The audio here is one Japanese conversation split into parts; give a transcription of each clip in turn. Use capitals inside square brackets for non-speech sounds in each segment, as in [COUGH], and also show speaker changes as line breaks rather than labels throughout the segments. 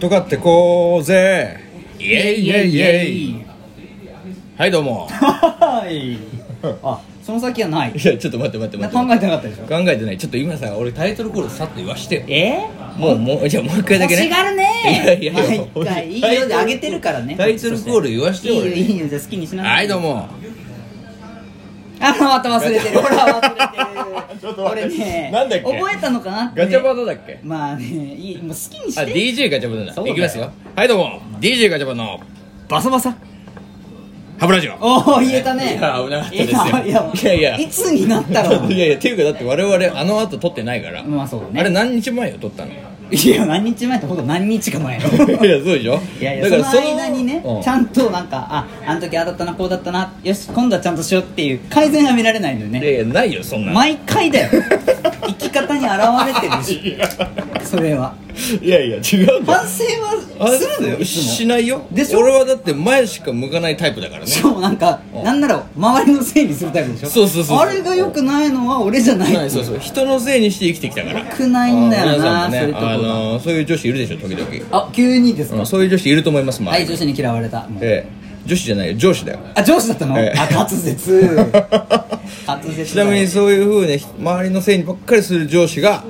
とかってこうぜ
イエイイエイイエイはいどうも [LAUGHS]
[LAUGHS] はいあその先はな
い
い
やちょっと待って待って
な
待
考
っ
え
て
てなかったでしょ
考えてないちょっと今さ俺タイトルコールさっと言わしてよ
え
もうもうじゃあもう一回だ
欲
けね
しがる
い
ね
やいやいや
毎回いいよであげてるからね
タイトルコール言わして
いい
よ
よ
俺
いいよじゃあ好きにしな
はいどう
も
も
あまた忘
[LAUGHS]
れてるほら忘れて
ちょ
る
っと待って
俺ね
なんだっけ
覚えたのかなってね
ガチャバタだっけ
まあねいいもう好きに
あ
して
DJ ガチャバタ
そう
だい
だよ
きますよはいどうも DJ ガチャバタの
バサバサ
ハブラジオ
おお言えたね
いや危なかったです
いやい
よ
や
いやいや
つになったろ
いやいやっていうかだって我々あの後撮ってないから
まあそうだね
あれ何日前よ撮ったのいや
[LAUGHS] いや何日前ってほど何日か前よ
そうでしょ
いやいやその間にね、
うん
ちゃんとなんかああの時ああだったなこうだったなよし今度はちゃんとしようっていう改善は見られないのよね
いやいやないよそんなの
毎回だよ生き方に現れてる
[LAUGHS]
しそれはい
やいや違うんだよ
反省はするのよいつ
し
も
ないよ
でしょ
俺はだって前しか向かないタイプだからね
しかもなんか
うん
なんなら周りのせいにするタイプでしょ
そうそうそうそう
あれが良くないのは俺じゃない
はいそうそう人のせいにして生きてきたから
良くないんだよな
あー
そう
皆
いうと
さんもねあ
ころ
のーそういう女子いるでしょ時々、
あ急にです
う
か
んそういう女子いると思いますまあ、
はい女子に嫌われたもう
ええ女子じゃないよ上司だよ
あ上司だったの、
ええ
あ滑
[LAUGHS]
舌滑舌だ
ちなみにそういうふうに周りのせいにばっかりする上司が、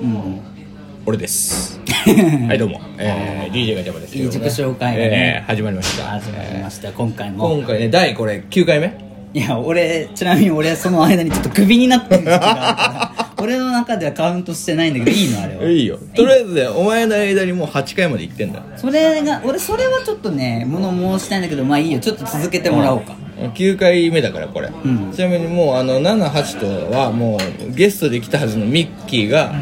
俺ですはいどうも、えー、DJ ガチャバですけどね
いい自己紹介がね
えー始まりました
始まりました今回も
今回ね第これ9回目
いや俺ちなみに俺その間にちょっとクビになってる時期があるから俺の中ではカウントしてないんだけどいいのあれはい
いよとりあえずねお前の間にもう8回まで行ってんだ
それが俺それはちょっとね物申したいんだけどまあいいよちょっと続けてもらおうか、
9回目だからこれ、
ん
ちなみにもうあの78とはもうゲストで来たはずのミッキーが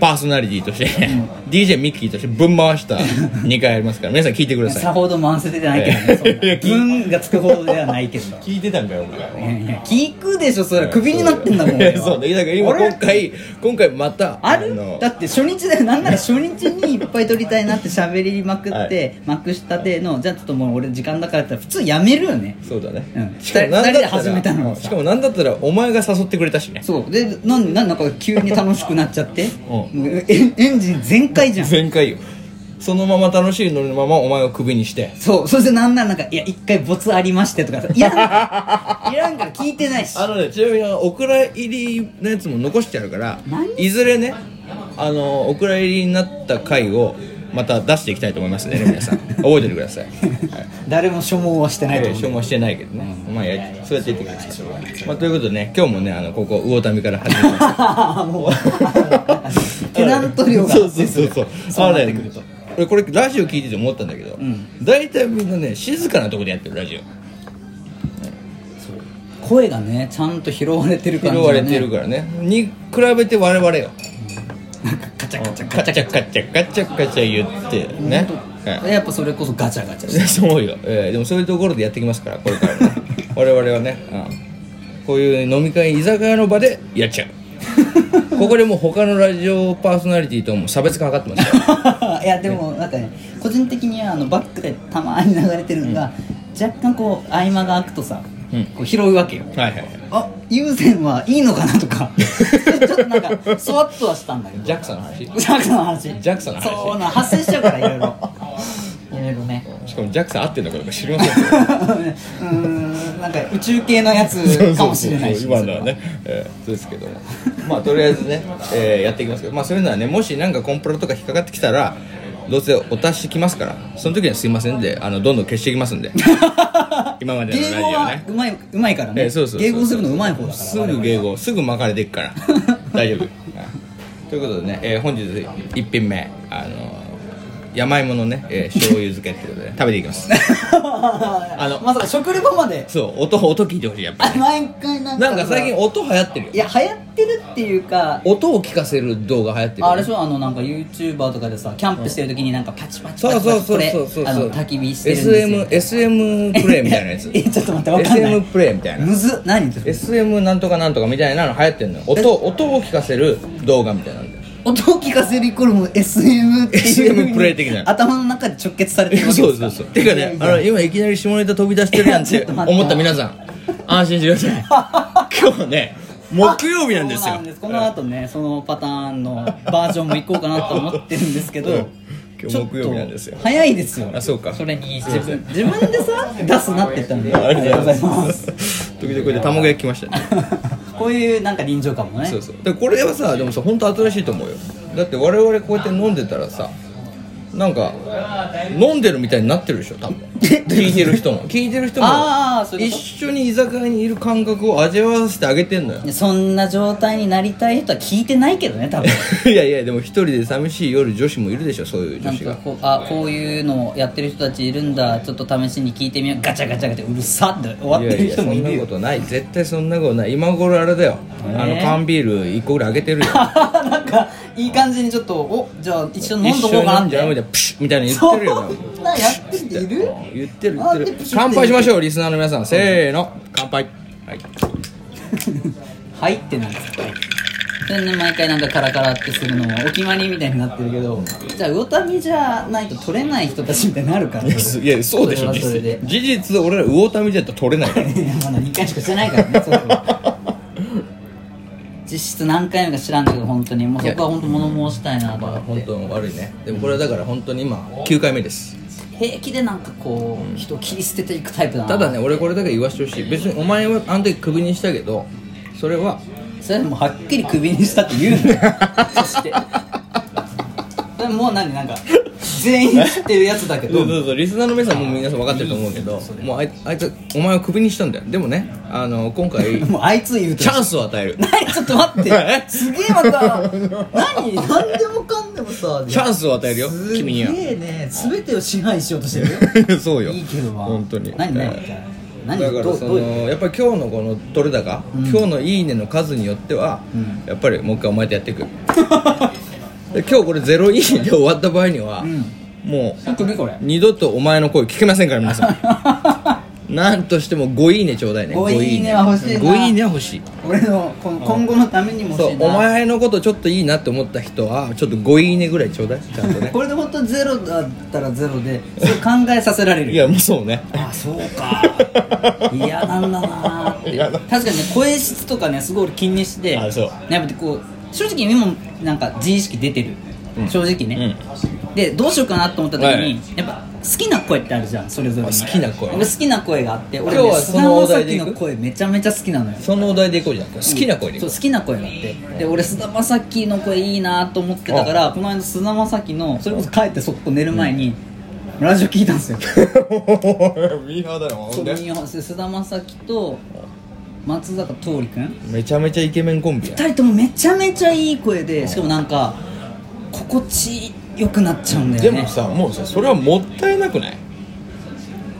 パーソナリティとして、DJ ミッキーとしてぶん回
[LAUGHS]
した2回ありますから皆さん聞いてくださ
さ
い
ほど回せてないけどね、そん
いや
な分がつくほどではないけどい
聞いてたんかよお前
やいや聞くでしょそれクビになってんだもん俺は
[LAUGHS] そうだだから今
あれ
今回今回また
ある
の
だって初日だよなんなら初日にいっぱい撮りたいなって喋りまくっ
[LAUGHS]
て、
はい
まくしたてのじゃあちょっともう俺時間だからって言ったら普通やめるよね
そうだね、
うん
しかもなんだったら
二人で始めたのもさ
しかもなんだったらお前が誘ってくれたしね
そうでなんでなんなんか急に楽しくなっちゃって、
う
もうエンエンジン全開じゃん
前回よそのまま楽しいノリのままお前をクビにして
そうそしてなんならなんか「いや一回ボツありまして」とかさいらんから [LAUGHS] いらんから聞いてないし
あのね、ちなみにあのオクラ入りのやつも残してあるから
何
いずれねあのオクラ入りになった回をまた出していきたいと思いますね皆
[LAUGHS]
さん覚えててください、は
誰も所望はしてない
い、
と
消
思う
耗してないけどね、まあやそうやって言ってください、まあ、ということでね今日もねあのここ魚民から始めました
[LAUGHS] もう [LAUGHS] テナント料が
そうそうそうそう
そうなってくると
あのね俺これラジオ聞いてて思ったんだけど、
ん
大体みんなね静かなとこでやってるラジオ
声がねちゃんと拾われてる感
拾
じがね
われてるからねに比べて我々よ
カチャ
カ
カチ
チ
ャ
ャ
カ
カ
チ
チ
ャ
ャカチャカチャカチャ言ってね
ね、
はい
やっぱそれこそガチャガチャして
[LAUGHS] そうよ、えーでもそういうところでやってきますからこれ [LAUGHS] からもね我々はね、うんこういう飲み会居酒屋の場でやっ [LAUGHS] ちゃうここでもう他のラジオパーソナリティとも差別化かかってますよ
[LAUGHS] いやでもなんかね個人的にはあのバックでたまに流れてるのが、若干こう合間が空くとさ、
うん
こう拾うわけよ
はいはいはい
あ友禅はいいのかな
[LAUGHS]
とかちょっとなんかそわっとはしたんだけど
ジャクさんの話
ジャクさんの話
ジャクさんの話
そうな発生しちゃうからいろい
[LAUGHS]
ろいろいろね
しかもジャクさん合ってるのかどうか知りません
[LAUGHS] うーんなんか宇宙系のやつかもしれないし
そうそうそう今の
[LAUGHS]
はね、えーそうですけどもまあとりあえずね、えーやっていきますけどまあそういうのはねもしなんかコンプラとか引っかかってきたらどうせお達しきますからその時にはすいませんであのどんどん消していきますんで今
[LAUGHS]
までのラ
迎
ジオ
合は
ね
うまいうまいからね
えーそうそうそう
迎合するのうまい方だから
すぐ迎合すぐ巻かれていくから
[LAUGHS]
大丈夫はいということでね、えー本日1品目あのー山芋のね、えー醤油漬けってこと
[LAUGHS]
で、ね、食べていきますあ
あ
の
[LAUGHS] のまさか食レポまで
そう音音聞いてほしいやっぱ
あ
り
毎回なんか
なんか最近音流行ってるよ
いや流行ってるっていうか
音を聞かせる動画流行ってるよね
あれでしょあのなんか YouTuber とかでさキャンプしてる時になんかパチパチパ
そう
チパ
そう
チ
そ
こ
う
れ
そうそうそう
あの焚き火してるんですよ
SM, SM プレイみたいなやつ
[LAUGHS] えちょっと待ってわかんない
SM プレイみたいな
むずっ何それ
SM なんとかなんとかみたいなの流行ってんのよ音音を聞かせる動画みたいなんだよ
音を聞かせるイコールもう SM っていう
SM プレイ的な
頭の中で直結されてるわけ
そ
で
う
す
[LAUGHS] そうそ
か
うてかねあの今いきなり下ネタ飛び出してるやんっ
いや
て
[LAUGHS] ちょっと待って
思った皆さん安心してくださ
[LAUGHS]
い今日ね木曜日なんです
そう
よ
なんですこの後ねそのパターンのバージョンもいこうかなと思ってるんですけど、
うん今日木曜日なんですよ
早いですよ
あそうか
それに自分自分でさ
[LAUGHS]
出すなって言ったんで
あ
あ
り
り
が
が
と
と
う
う
ございま
ございますす
時々これで卵焼き来ましたね
こういうなんか臨場感もね
そうそうでこれはさでもさ本当新しいと思うよだって我々こうやって飲んでたらさなんか飲んでるみたいになってるでしょ
[LAUGHS]
多分聞いてる人も聞いてる人も
あーそういう
一
こと
緒に居酒屋にいる感覚を味わわせてあげてんの
[LAUGHS]
よ
そんな状態になりたい人は聞いてないけどね多分
いやいやでも一人で寂しい夜女子もいるでしょそういう女
なん
子
か
が
こうあこういうのをやってる人たちいるんだちょっと試しに聞いてみようガチャガチャガチャうるさって終わってる人もい
や
る
いやそんなこと
よ
ない絶対そんなことない今頃あれだよあの
えー
缶ビール1個ぐらいあげてるよ
[LAUGHS] なんかいい感じにちょっとおじゃあ一緒に [LAUGHS] 飲んどこうかな
一緒に
っ
飲んじゃうみ
て
たいなプシュッみたいな言って
そん
るよ多分
なやってる人い [LAUGHS] る
言ってる言
あ
ってる
でプシュッて
乾杯しましょうリスナーの皆さんせーの乾杯はい
はいってなんですかそれで毎回なんかカラカラってするのもお決まりみたいになってるけどじゃあ魚民じゃないと取れない人たち [LAUGHS] みたいになるから
いやそうでしょ
それはそれで
実事実俺ら魚民じゃったら取れないから
[LAUGHS] いやまだ2回しかしてない [LAUGHS] からねそうそう実質何回目か知らんけど本当にもうそこは本当物申したいなと思っ
本
て
当悪いねでもこれはだから本当に今9回目です
平気でなんかこう人を切り捨てていくタイプだな
ただね俺これだけ言わしてほしい別にお前はあの時クビにしたけどそれは
それでもはっきりクビにしたって言うのよそしてでももう何なんか全員知ってるやつだけ
そ
ど
うそうそうリスナーの皆さんも皆さん分かってると思うけどもうあいあいつお前をクビにしたんだよでもねあの今 [LAUGHS] 回
もうあいつ言うと
チャンスを与える
何ちょっと待
え
ってすげえまた何何でもかんでもさ
チャンスを与えるよ
す
君には
げえね全てを支配しようとしてるよ
[LAUGHS] そうよ
いいけどまあ
本当に
何
え
何
ー
何
だから
どう
そ
どういう [LAUGHS]
のやっぱり今日のこの取れ高、今日の「いいね」の数によっては、やっぱりもう一回お前とやっていくで今日これ「ゼロいいね」で終わった場合には、もう
首これ
二度とお前の声聞けませんから皆
[LAUGHS]
さんなんとしても5いいねちょうだいね
ごいいねは欲しいな
5いいねは欲しい
俺のこの今後のためにも
そ
欲
う
しいな
お前のことちょっといいなって思った人はちょっと5いいねぐらいちょうだいちゃん
[LAUGHS]
とね
これで本当ゼロだったらゼロでそれ考えさせられる
いやもうそうね
あそ
[LAUGHS]
うか嫌なんだなーって
嫌だ
確かにね声質とかねすごい俺気にして
あそう
ねやっぱこう正直今もなんか自意識出てる、正直ね、でどうしようかなと思った時に、
はい
やっぱ好きな声ってあるじゃんそれぞれ
あ
に
好きな声
俺好きな声があって俺
今日
ね
はそ
菅
のお
田将
題でい
暉
く
の声めちゃめちゃ好きなのよ
そのお題でいこうじゃん好きな声でいこ
そう
う [LAUGHS]
好きな声があってで俺菅田将暉の声いいなと思ってたからこの間菅田将暉のそれこそ帰ってそこ寝る前に、ラジオ聞いたん
[LAUGHS]
ですよ
ミーハーだよほ
そ
ん
う
で
見合わせ菅田将暉と松坂桃李君
めちゃめちゃイケメンコンビや
2人ともめちゃめちゃいい声でしかもなんか心地よくなっちゃうんだ
で
よね
もさもうさそれはもったいなくない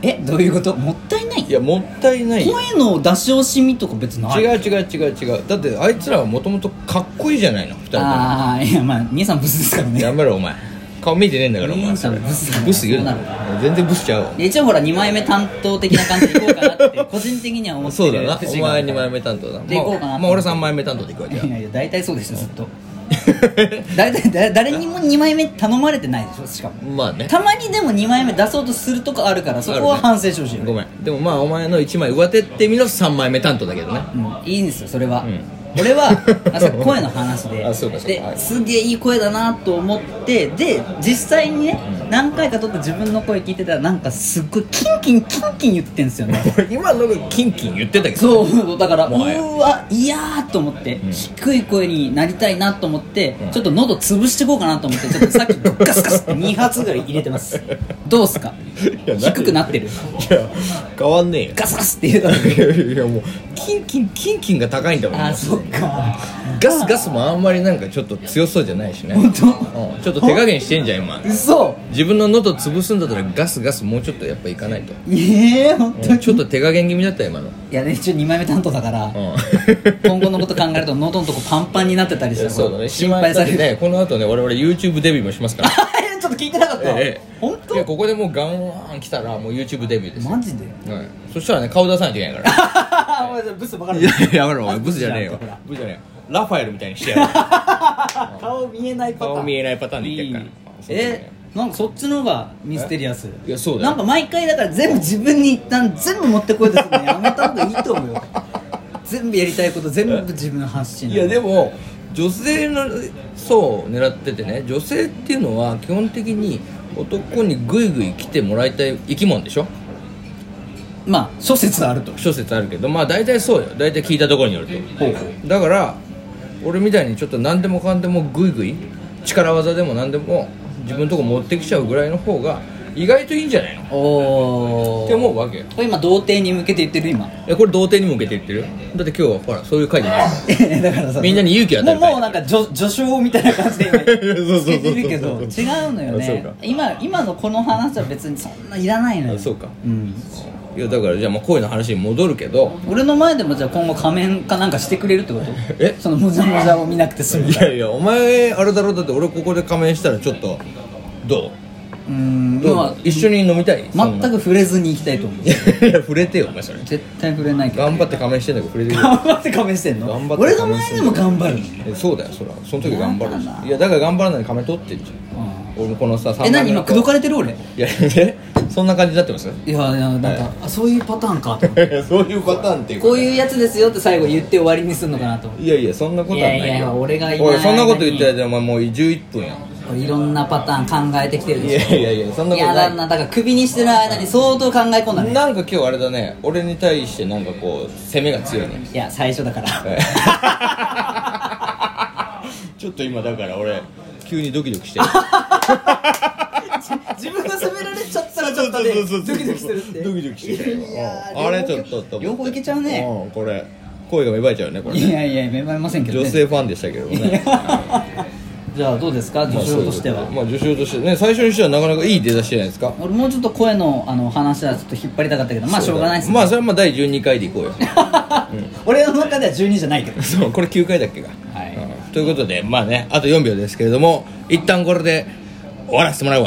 えどういうこともったいない
いやもったいないよ
声の出し惜しみとか別にない
違う違う違う違うだってあいつらはもともとかっこいいじゃないの二人とも
ああいやまあ兄さんブスですからね
やめろお前顔見てねえんだからお
い
前
いじゃんブスだから
ブス言うな
そうな
全然ブスちゃうわ
で一応ほら2枚目担当的な感じでいこうかなって
[LAUGHS]
個人的には思って
そう
る
だなお
節があ
前
る
2
から
枚目担当だ
でいこうかな
まあまあ俺3枚目担当でいくわじゃ
いやいや大体そうでしょずっと大体だ誰にも2枚目頼まれてないでしょしかも
あ [LAUGHS] まあね
たまにでも2枚目出そうとするとこあるからそこは反省してほしいよね
ごめんでもまあお前の1枚上手ってみの3枚目担当だけどね
うんいいんですよそれは、
ん [LAUGHS]
俺はあそれ声の話で
あそうかそうか
で
はい
すげえいい声だなと思ってで実際にね、何回か撮って自分の声聞いてたらなんかすっごいキンキンキンキン言ってんですよね
俺今のがキンキン言ってたけど
そうだからう
もはや
ーわいやーと思って、低い声になりたいなと思って、ちょっと喉潰していこうかなと思ってちょっとさっきガスガスって2発ぐらい入れ
[LAUGHS]
てますどうっすか
いや何
低くなってる
いや変わんねえよ [LAUGHS]
ガスガスって言うたのに
いやいやいやもうキンキンキンキンが高いんだもん
あーそっか
ガスガスもあんまりなんかちょっと強そうじゃないしね
本当
うんちょっと手加減してんじゃん今
嘘
自分の喉潰すんだったらガスガスもうちょっとやっぱいかないと
ええー、本当に
ちょっと手加減気味だったよ今の
いやね一応2枚目担当だから、
う
今後のこと考えると喉のとこパンパンになってたりしたら
[LAUGHS] そうだね
心配される、
ねこの後ね我々 YouTube デビューもしますから
[LAUGHS] あいやちょっと聞いてなかった、本
いやここでもうガンワン来たらもう YouTube デビューです
当
よ、
マジで
[LAUGHS] はい、そしたらね顔出さないといけないから [LAUGHS]
ああブスばかり
やめろお前ブスじゃねえよ
ほら
ブスじゃねえよラファエルみたいにしてやる
顔見えないパターン
顔見
え
えないパターンでいってやるから
えなんかそっちの方がミステリアス
いやそうだよ
なんか毎回だから全部自分に一旦全部持ってこいとするの [LAUGHS] やめた方がいいと思うよ全部やりたいこと全部自分の発信
いやでも女性の層を狙っててね女性っていうのは基本的に男にグイグイ来てもらいたい生き物でしょ
まあ諸説あると
諸説あるけどまあ大体そうよ大体聞いたところによると
ほうほう
だから俺みたいにちょっと何でもかんでもグイグイ力技でも何でも自分のとこ持ってきちゃうぐらいの方が意外といいんじゃないのっ
おお
て思うわけよ
これ今童貞に向けて言ってる今
えこれ童貞にも受けて言ってるよだって今日はほらそういう会じゃない
[LAUGHS] だからさ
みんなに勇気を与え
も
る
う
会
もうなんか序序章みたいな感じで今 [LAUGHS]
そうそうそう
つけてるけど違うのよ
あそう
ね
か
今今のこの話は別にそんないらないのよ
あそうか
うん
いやだからじゃあまあ恋の話に戻るけど
俺の前でもじゃあ今後仮面かなんかしてくれるってこと
え
そのもじゃもじゃを見なくて済む
い
から
やいやお前あれだろだって俺ここで仮面したらちょっとど
うーん
うどう、
まあ
一緒に飲みたい
全く触れずに行きたいと思う
くいや触れてよお前それ
絶対触れないけど
頑張って仮面してんだけど触れてくれ
頑張って仮面してんの
頑張って
俺の前でも頑張るの
えそうだよそらその時頑張る
やだな
しいやだから頑張らないで仮面取ってんじゃん俺もこのさ3
え何今口説かれてる俺い
いやえそんな感じになってます
やいやなんか、あそういうパターンかと思って
そういうパターンっていう
こういうやつですよって最後言って終わりにするのかなと思っ
いやいやそんなことはないよ
いやいや俺がいない
おいそんなこと言ったらお前もう11分やん
ていろんなパターン考えてきてる
い
でし
やいやいやそ
ょ
んなこと
や
な
だ
い
なだからクビにしてる間に相当考え込んだね
なんか今日あれだね俺に対してなんかこう攻めが強いね
いや最初だから
[LAUGHS] ちょっと今だから俺急にドキドキしてる
自分が責められちゃったらちょっとね
そうそうそう
ドキドキするって
ドキドキしてる
いやー
あれちょっとと思って
両方いけちゃうね
うんこれ声が芽生えちゃうねこれ
いやいや芽生えませんけど
女
ね
性ファンでしたけどもね
[LAUGHS] じゃあどうですか女子としては、
まあ女子としてね最初にしてはなかなかいい出だしじゃないですか
俺もうちょっと声のあの話はちょっと引っ張りたかったけどまあしょうがないですね、
まあそれはまあ第12回でいこうよ
[LAUGHS] 俺の中では12じゃないけど
そうこれ9回だっけか
はい
うんということでまあねあと4秒ですけれども一旦これで終わらせてもらうわ